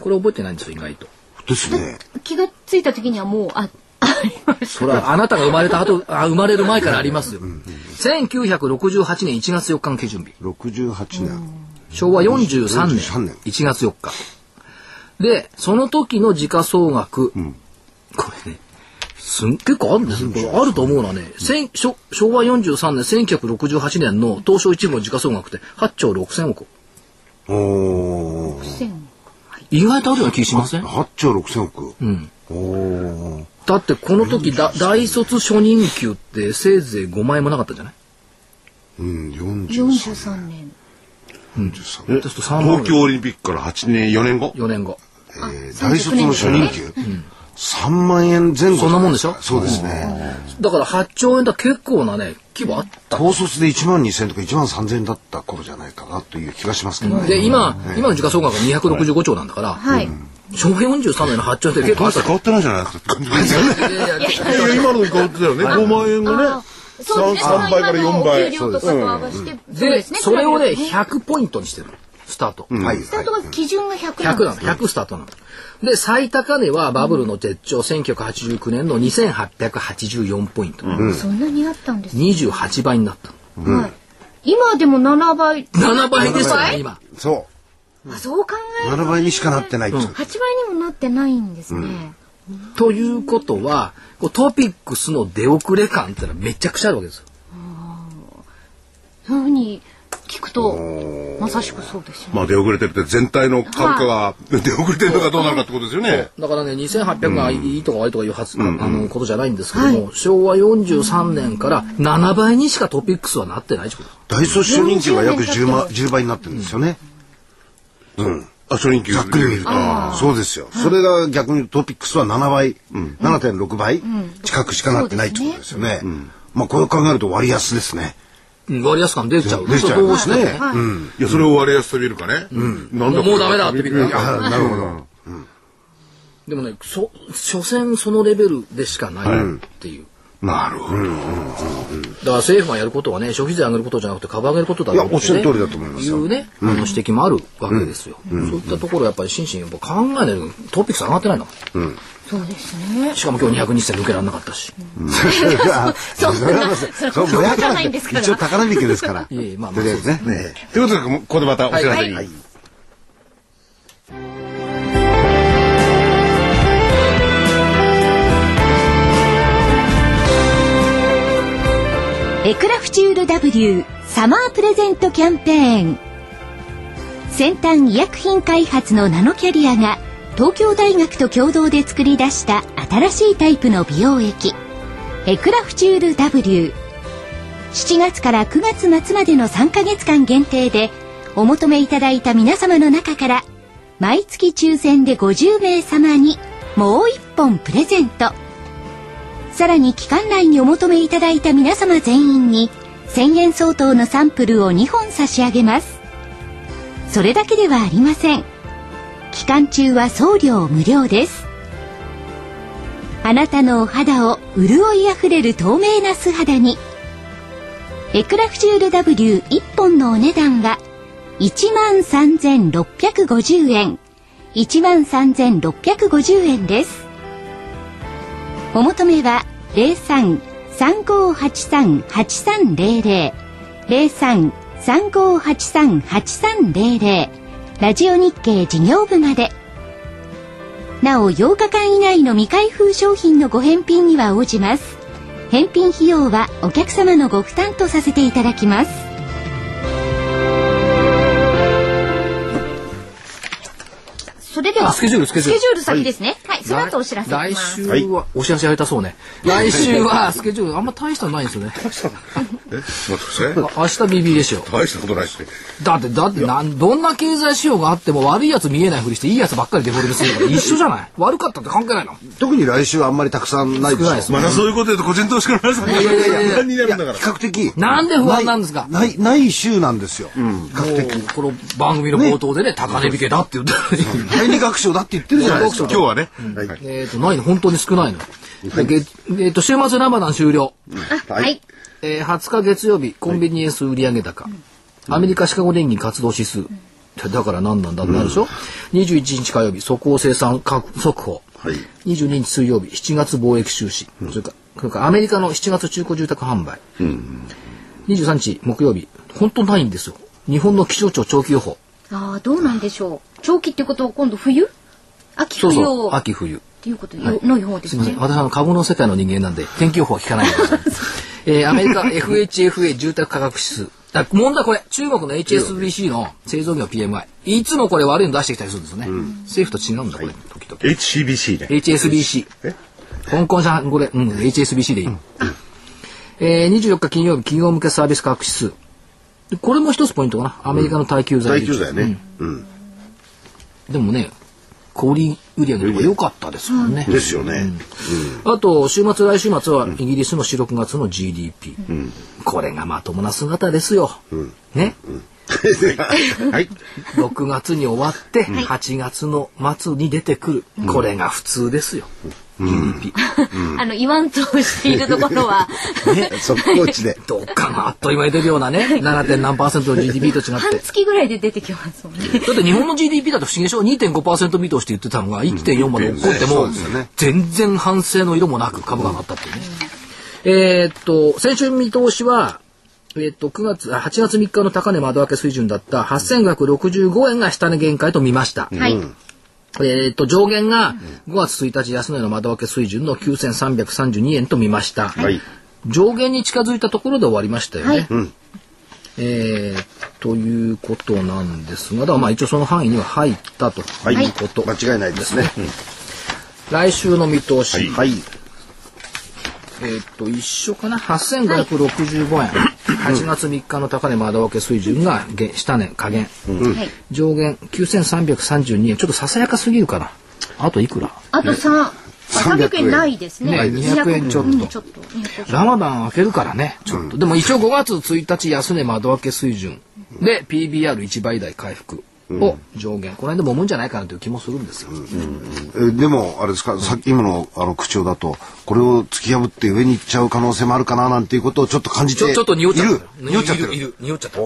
これ覚えてないんですよ、意外と。ですね。気がついた時にはもう、あ、ありましそれはあなたが生まれた後、あ生まれる前からありますよ。1968年1月4日の基準日。 68年。昭和43年43年1月4日。で、その時の時価総額、これね、すん結構あるんですよ。これあると思うのはね、せん昭昭和43年1968年の東証一部の時価総額って8兆6000億。おー。た。意外とあるような気しません8兆6000億。んおー。だってこの時だ大卒初任給ってせいぜい5万円もなかったんじゃないうん、43。 43年。えちょっと三万東京オリンピックから8年、4年後。 ?4 年後。えー大卒の初任給。3万円前後。そんなもんでしょそうですね。だから8兆円だ結構なね規模あった。高卒で1万2000とか1万3000だった頃じゃないかなという気がしますけどね。で今今の時価総額が265兆なんだから、はい。昭和43年の8兆円って結構あ大っして変わってないじゃないですか。た。いやいやいやいや、今のに変わってたよね。5万円がね。そうですね。三倍から四お倍給料とかと合わせて、そうでですね。それをね比べると100ポイントにしてるのスタート。はい。スタートが基準が100 100ななんのです。 100スタートなの。で最高値はバブルの絶頂1989年の2884ポイント、そんなにあったんですね。 28倍になったの。はい。今でも7倍。 7倍ですよね今。そあ、そう考う。える7倍にしかなってないっていう。 8倍にもなってないんですね。ということはこうトピックスの出遅れ感ってのはめちゃくちゃあるわけですよ。そういうふうに聞くと、まさしくそうですよね。まあ出遅れてるって全体の株価が出遅れてるのかどうなのかってことですよね。だからね、2800がいいとか悪いとかいうはず、あの、ことじゃないんですけども、昭和43年から7倍にしかトピックスはなってないってこと大卒初任給が約10万、10倍になってるんですよね。あ、初任給。ざっくり見ると。そうですよ。それが逆にトピックスは7倍、7.6倍近くしかなってないってことですよね。まあこれを考えると割安ですね。うん割安感出ちゃう。出ちゃいますそうどうねして。はい。いや、それを割安と見るかね。なもんだうもうダメだってびっくりああなるほど。もでもね、そ、所詮そのレベルでしかないっていう。なるほど。だから政府がやることはね、消費税上げることじゃなくて株上げることだろういやおっしゃる通りだと思いますよいうね、あの指摘もあるわけですよ。そういったところやっぱり心身やっぱ考えないとトピックス上がってないの。そうですね。しかも今日220銭抜けられなかったし。そうそん な、そんなことないんですから一。応宝引きですから。といえいりえまあまああえずね。ねということで、ここでまたお知らせに。はエクラフチュール W サマープレゼントキャンペーン先端医薬品開発のナノキャリアが東京大学と共同で作り出した新しいタイプの美容液エクラフチュール W 7月から9月末までの3ヶ月間限定でお求めいただいた皆様の中から毎月抽選で50名様にもう1本プレゼントさらに期間内にお求めいただいた皆様全員に1000円相当のサンプルを2本差し上げますそれだけではありません期間中は送料無料ですあなたのお肌を潤いあふれる透明な素肌にエクラフチュール W1 本のお値段は13,650円13,650円ですお求めは03-3583-8300 03-3583-8300ラジオ日経事業部までなお8日間以内の未開封商品のご返品には応じます返品費用はお客様のご負担とさせていただきますそれではあスケジュールスケジュールスケジュール先ですねはい、その後お知らせいきま来す週は、お知らせやりたそうね。来週は、スケジュールあんま大したのないんですよね。えちょっと待ってねあ明日 BB でしょ。大したことないですね。だって、だってなん、どんな経済指標があっても悪いやつ見えないふりしていいやつばっかりデフォルメするから一緒じゃない悪かったって関係ないの。特に来週はあんまりたくさんないで少しょないです。またそういうこと言うと個人投資家の皆さんがいやいやいや不安になるんだから。比較的。なんで不安なんですかない、ないない週なんですよ。比較的。もうこの番組の冒頭でね、高値引けだって言ったのに。第二学章だって言ってるじゃないですか。今日はね、はいえっと、ないの、本当に少ないの。でげえっと、週末ラマダン終了。はい、えー、20日月曜日、コンビニエンス売上高。アメリカシカゴ連銀活動指数。だから何なんだってなるでしょ、?21 日火曜日、即効生産確速報。22日水曜日、7月貿易収支。それから、それからアメリカの7月中古住宅販売。23日木曜日、本当ないんですよ。日本の気象庁長期予報。ああどうなんでしょう長期ってことは今度冬秋そう冬そう、っ秋冬。ていうことのようですすいませねん。私は株の世界の人間なんで、天気予報は聞かないでください。 えーアメリカ FHFA 住宅価格指数。だ問題はこれ、中国の HSBC の製造業 PMI。いつもこれ悪いの出してきたりするんですよね。政府と違うんだ、これ、時々。 HCBC ね。 HSBC。香港上海、これ、うん、HSBC でいい。えー、24日金曜日、企業向けサービス価格指数。でこれも一つポイントかな。アメリカの耐久財大率級だよね。でもね、小売売上の方が良かったですもんね。ですよね。あと、週末、来週末はイギリスの4、6月の GDP。これがまともな姿ですよ。ね。はい。 6月に終わって、8月の末に出てくる。これが普通ですよ。GDP。あの言わんとしているところ は速攻値で。どっかがあっという間に出るようなね、7. 点何パーセントの GDP と違っ半て。月ぐらいで出てきますもんね。だって日本の GDP だと不思議でしょ ?2.5% 見通して言ってたのが1.4まで落っこっても、全然反省の色もなく株価が上がったっていうね。えーっと、先週見通しは、えーっと、9月、あ8月3日の高値窓開け水準だった8565円が下値限界と見ました。はい。えーっと、上限が5月1日安値の窓開け水準の9332円と見ました。はい。上限に近づいたところで終わりましたよね。はいえーということなんですが、だからまあ一応その範囲には入ったということ。間違いないですね。来週の見通し、はい。えーと一緒かな、8565円、8月3日の高値窓分け水準がげ下値下限、はい。上限9332円、ちょっとささやかすぎるかな。あといくらあと三三百円ないですね。ね200円ちょっとうんちょっと。ラマダン開けるからね、ちょっと。でも一応5月1日安値窓開け水準で PBR1 倍台回復。を上限、この辺で揉むんじゃないかなという気もするんですよ。 えでもあれですか、さっき今のあの口調だとこれを突き破って上に行っちゃう可能性もあるかななんていうことをちょっと感じちていょるちょっと匂っちゃった。匂っちゃってるいる、匂っちゃった。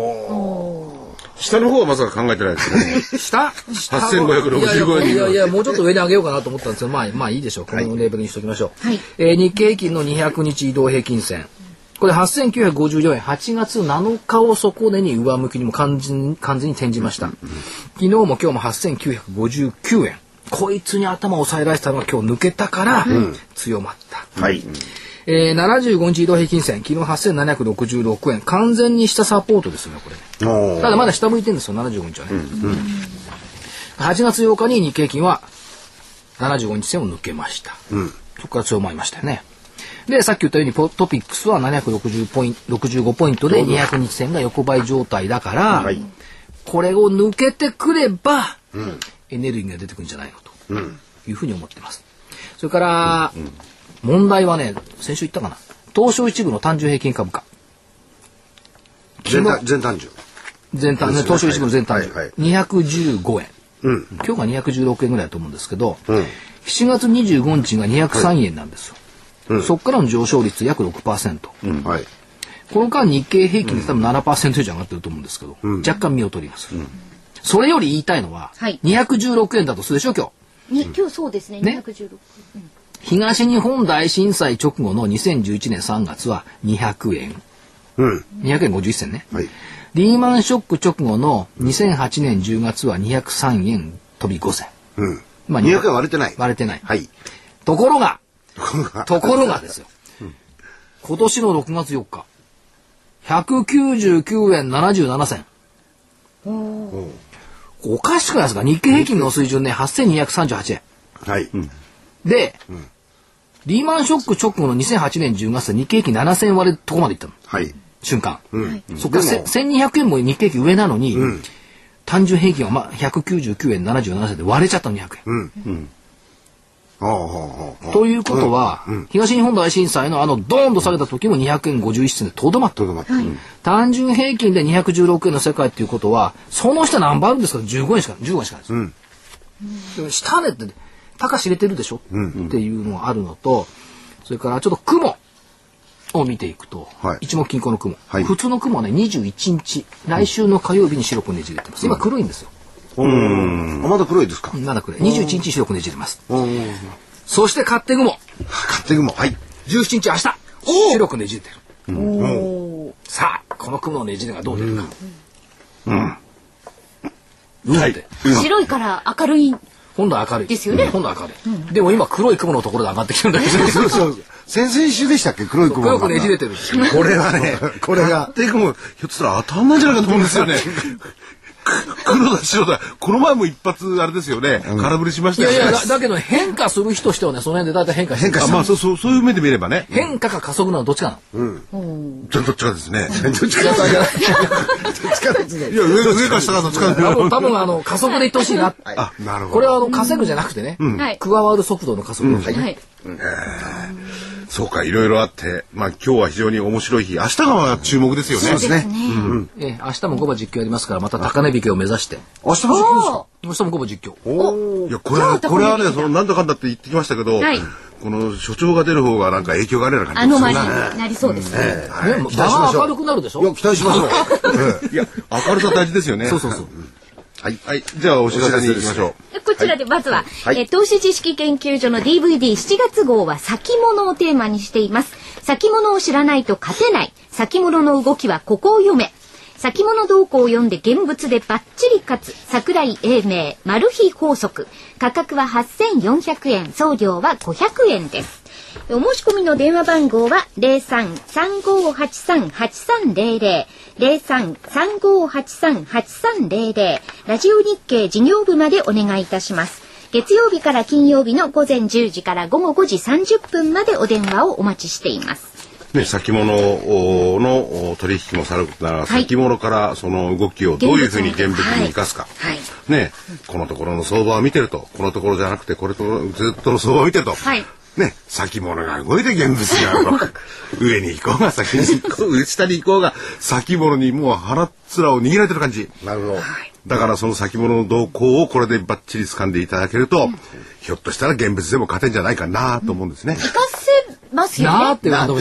下の方はまさか考えてないですね。下8565人いやいやいやもうちょっと上に上げようかなと思ったんですけどまあまあいいでしょうこのレベルにしときましょう、はいえー日経平均の200日移動平均線これ8954円8月7日を底値に上向きにも完全に完全に転じました、昨日も今日も8959円こいつに頭を押さえられてたのが今日抜けたから強まった、はい。えー、75日移動平均線昨日8766円完全に下サポートですよねこれねおーただまだ下向いてるんですよ、75日はね。8月8日に日経金は75日線を抜けました。そこから強まりましたよね。で、さっき言ったようにポトピックスは760ポイント、65ポイントで200日線が横ばい状態だから、これを抜けてくれば、エネルギーが出てくるんじゃないのと、いうふうに思ってます。それから、問題はね、先週言ったかな。東証一部の単純平均株価。全単全単純全単、ね、東証一部の全単純、はいはい215円、今日が216円ぐらいだと思うんですけど、7月25日が203円なんですよ、そこからの上昇率約6%、はいこの間日経平均で多分7%以上上がってると思うんですけど、若干見劣りがする、それより言いたいのは、はい216円だとするでしょ今日に今日そうですね、ね216。東日本大震災直後の2011年3月は200円うん200円51銭ね、はいリーマンショック直後の2008年10月は203円飛び5銭。うんまあ200円割れてない割れてない。はいところが、ところがですよ。今年の6月4日、199円77銭。おかしくないですか日経平均の水準ね、8238円。はいで、リーマンショック直後の2008年10月は日経平均7000円割れるとこまでいったの。はい瞬間、はいそこからせ1200円も日経平均上なのに、単純平均はまあ199円77銭で割れちゃったの200円、ああああああということは、東日本大震災のあのドーンと下げた時も200円51銭でとどまった、とどまって単純平均で216円の世界っていうことはその下何倍あるんですか15円しか15円しかないです、でも下値って高知入れてるでしょ、っていうのがあるのとそれからちょっと雲を見ていくと、はい一目均衡の雲、はい普通の雲はね21日来週の火曜日に白くねじれてます今黒いんですようんあまだ黒いですかなんだこれ21日に白くねじれますおーそして勝手雲勝手 雲はい17日明日白くねじれてるさあこの雲のねじれがどう出るかうん、うんって白いから明るい。今度は明るいですよね今度は明るい、でも今黒い雲のところで上がってきてるんだけどそうそう先々週でしたっけ黒い雲黒くねじれてるこれはね、 これがでも、ひょっとしたら当たんないんじゃないかと思うんですよね。く黒だ白だ。この前も一発、あれですよね。空振りしましいたよやいね。や だだけど変化する日としてはねその辺で大体変化してるあまあ、そう、そう、そういう目で見ればね。変化か加速なのどっちかなのちょっとどっちかですね。力つないいや、上、上か下かどっちかです多よ分多分あの加速でいってほしいな、あなるほどこれはあの稼ぐじゃなくてね、はい加わる速度の加速、は。はいそうか、いろいろあって、まあ、今日は非常に面白い日。明日がまあ注目ですよね。ですねええ明日も5番実況やりますからまた高値引きを目指して明日も実況ですか明日も5番実況いや、これは、これはね、その、なんだかんだって言ってきましたけど、はいこの、所長が出る方がなんか影響があるようなあ感じのがすマるリな。になりそうですね。ね場期待しまがしょ明うるくなるでしょいや期待しましょうええいや、明るさ大事ですよね。そうそうそうはい。はい。じゃあ、お知らせに行きましょう。こちらでまずは、はいえー投資知識研究所の DVD7 月号は先物をテーマにしています。先物を知らないと勝てない。先物の動きはここを読め。先物動向を読んで現物でバッチリ勝つ桜井英明マル秘法則価格は8400円送料は500円ですお申し込みの電話番号は03-3583-8300、03-3583-8300、ラジオ日経事業部までお願いいたします。月曜日から金曜日の午前10時から午後5時30分までお電話をお待ちしています。ね、先物おのお取引もさることながら、はい先物からその動きをどういうふうに現物に生かすか、はい。ね、このところの相場を見てるとこのところじゃなくてこれとずっとの相場を見てると、はいね、先物が動いて現 物が動く上に行こうが先に行こう下に行こうが先物にもう腹っ面を握られてる感じなるほどだからその先物の動向をこれでバッチリ掴んでいただけると、ひょっとしたら現物でも勝てんじゃないかなと思うんですね。活かせます よなーねっ。てなる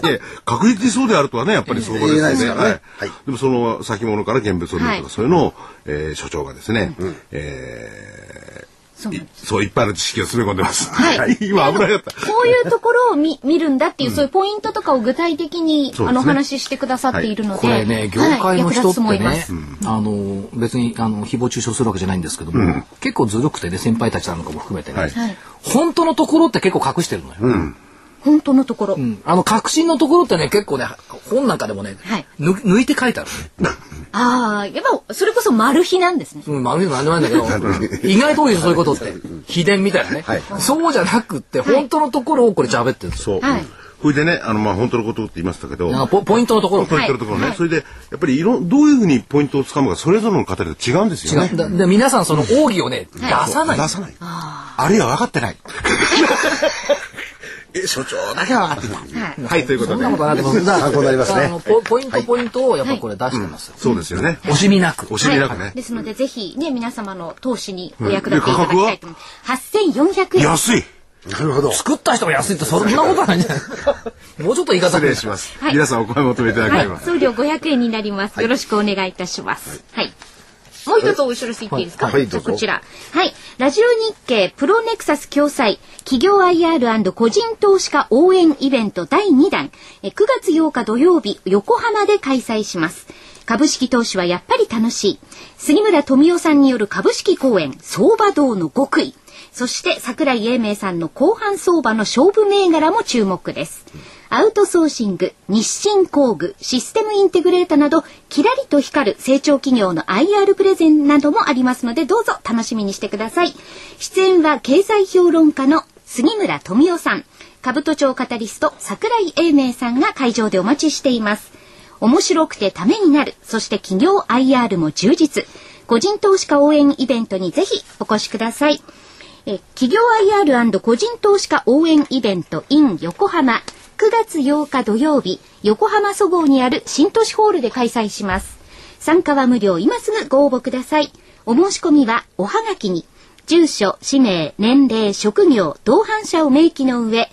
で確実にそうであるとはねやっぱり相場です言えないですね。からねはいはいでもその先物から現物を見るはといかそういうのを、えー所長がですね、えそうーいそういっぱいの知識を詰め込んでます。はいはい 今危なかった。こういうところを見 見るんだっていう、そういうポイントとかを具体的に、そうですねあのお話ししてくださっているの で、これね業界のはい役人立っつと思ていまねす。あの別にあの誹謗中傷するわけじゃないんですけども、結構ずるくてね先輩たちなんかも含めてね、はい はい本当のところって結構隠してるのよ。本当のところ、うんあの確信のところってね結構ね本なんかでもね、はいぬ抜いて書いてあるね。ああやっぱそれこそマル秘なんですね。うん、まあ、ある意味なんでもないんだけ ど、意外と多いですそういうことって。秘伝みたいなね。そうじゃなくって、本当のところをこれ喋ってるんですよ。そう。はいそれでねあのまあ本当のことって言いましたけど。あのポポイントのところ。ポイントのところね、はいそれでやっぱりいろんどういうふうにポイントをつかむかそれぞれの方で違うんですよね違う。だで皆さんその奥義をね、出さない。出さないあるいは分かってない え所長だけは分かってない、はいはい、というこそとんでなことはないと思う。参考になりますねだからあのポポイントポイントをやっぱこれ出してますよ。そうですよね、惜しみなく。お尻なくはねい、ですので、ぜひね皆様の投資にお役立ていただきたいと思います。8400円。安いなるほど。作った人が安いってそんなことはないんじゃないもうちょっと言い方失で礼すします、はい皆さんお声求めいただけはれば、い、送料500円になります。よろしくお願いいたします。はい。もう一つお知らせ言っていいですか、はいはいどうぞじゃあこちら。はい。ラジオ日経プロネクサス共催企業 IR& 個人投資家応援イベント第2弾え9月8日土曜日横浜で開催します。株式投資はやっぱり楽しい。杉村富夫さんによる株式講演相場道の極意。そして桜井英明さんの後半相場の勝負銘柄も注目です。アウトソーシング、日清工具、システムインテグレータなど、キラリと光る成長企業の IR プレゼンなどもありますので、どうぞ楽しみにしてください。出演は経済評論家の杉村富夫さん、株都庁カタリスト桜井英明さんが会場でお待ちしています。面白くてためになる、そして企業 IR も充実。個人投資家応援イベントにぜひお越しください。え企業 IR& 個人投資家応援イベント in 横浜9月8日土曜日横浜そごうにある新都市ホールで開催します参加は無料今すぐご応募くださいお申し込みはおはがきに住所氏名年齢職業同伴者を明記の上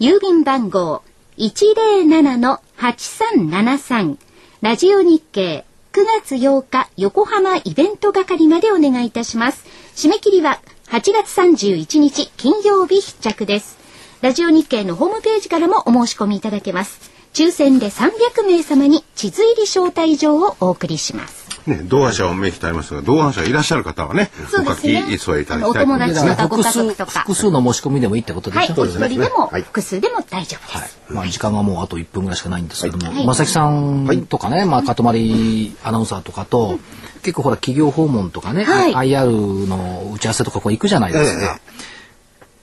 郵便番号107-8373ラジオ日経9月8日横浜イベント係までお願いいたします。締め切りは8月31日金曜日必着です。ラジオ日経のホームページからもお申し込みいただけます。抽選で300名様に地図入り招待状をお送りします。ね、同伴者を明記とありますが同伴者いらっしゃる方はねそうですおね書き添えいただきたいと思いますお友達ねの方ご複家数族とか複数の申し込みでもいいってことではしい、ょお一人でもはい複数でも大丈夫です。まあ、時間はもうあと1分ぐらいしかないんですけども、はい正木さんとかね、まあ、かとまりアナウンサーとかと、結構ほら企業訪問とかね、はい IR の打ち合わせとかこう行くじゃないですか。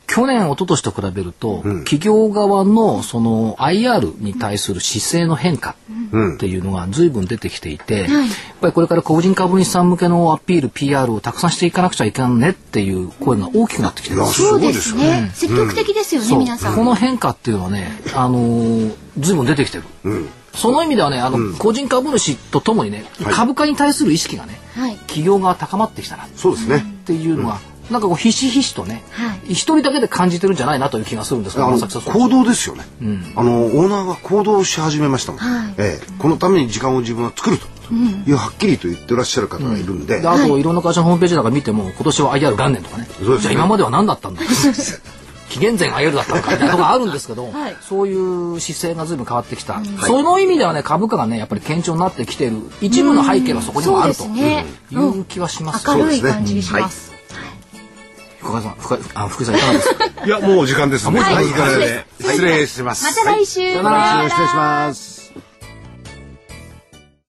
去年、一昨年と比べると、企業側のその IR に対する姿勢の変化っていうのが随分出てきていて、やっぱりこれから個人株主さん向けのアピール、PR をたくさんしていかなくちゃいかんねっていう声が大きくなってきてるんですよそうですね。積極的ですよね、皆さん。この変化っていうのはね、あのー、ずいぶん出てきてる、その意味ではねあの、個人株主とともにね、株価に対する意識がね、はい。企業側高まってきたなっそうですね。ていうのは、なんかこうひしひしとね、はい一人だけで感じてるんじゃないなという気がするんですがあの正木さんそう行動ですよね、あのオーナーが行動し始めましたもん、ええ、このために時間を自分は作るというはっきりと言ってらっしゃる方がいるんで、であといろんな会社のホームページなんか見ても今年は IR 元年とかねうですねじゃあ今までは何だったんだ紀元前 IR だったのかみたいなとこがあるんですけど、そういう姿勢が随分変わってきた、その意味ではね株価がねやっぱり堅調になってきている一部の背景はそこにもあるとうんそうですねいう気はします明よ、るい感じがします。福川さん福あ福井さんいかがです かいやもう時間ですね、はいお疲れ様ではい失礼しますまた来週。さよなら失礼します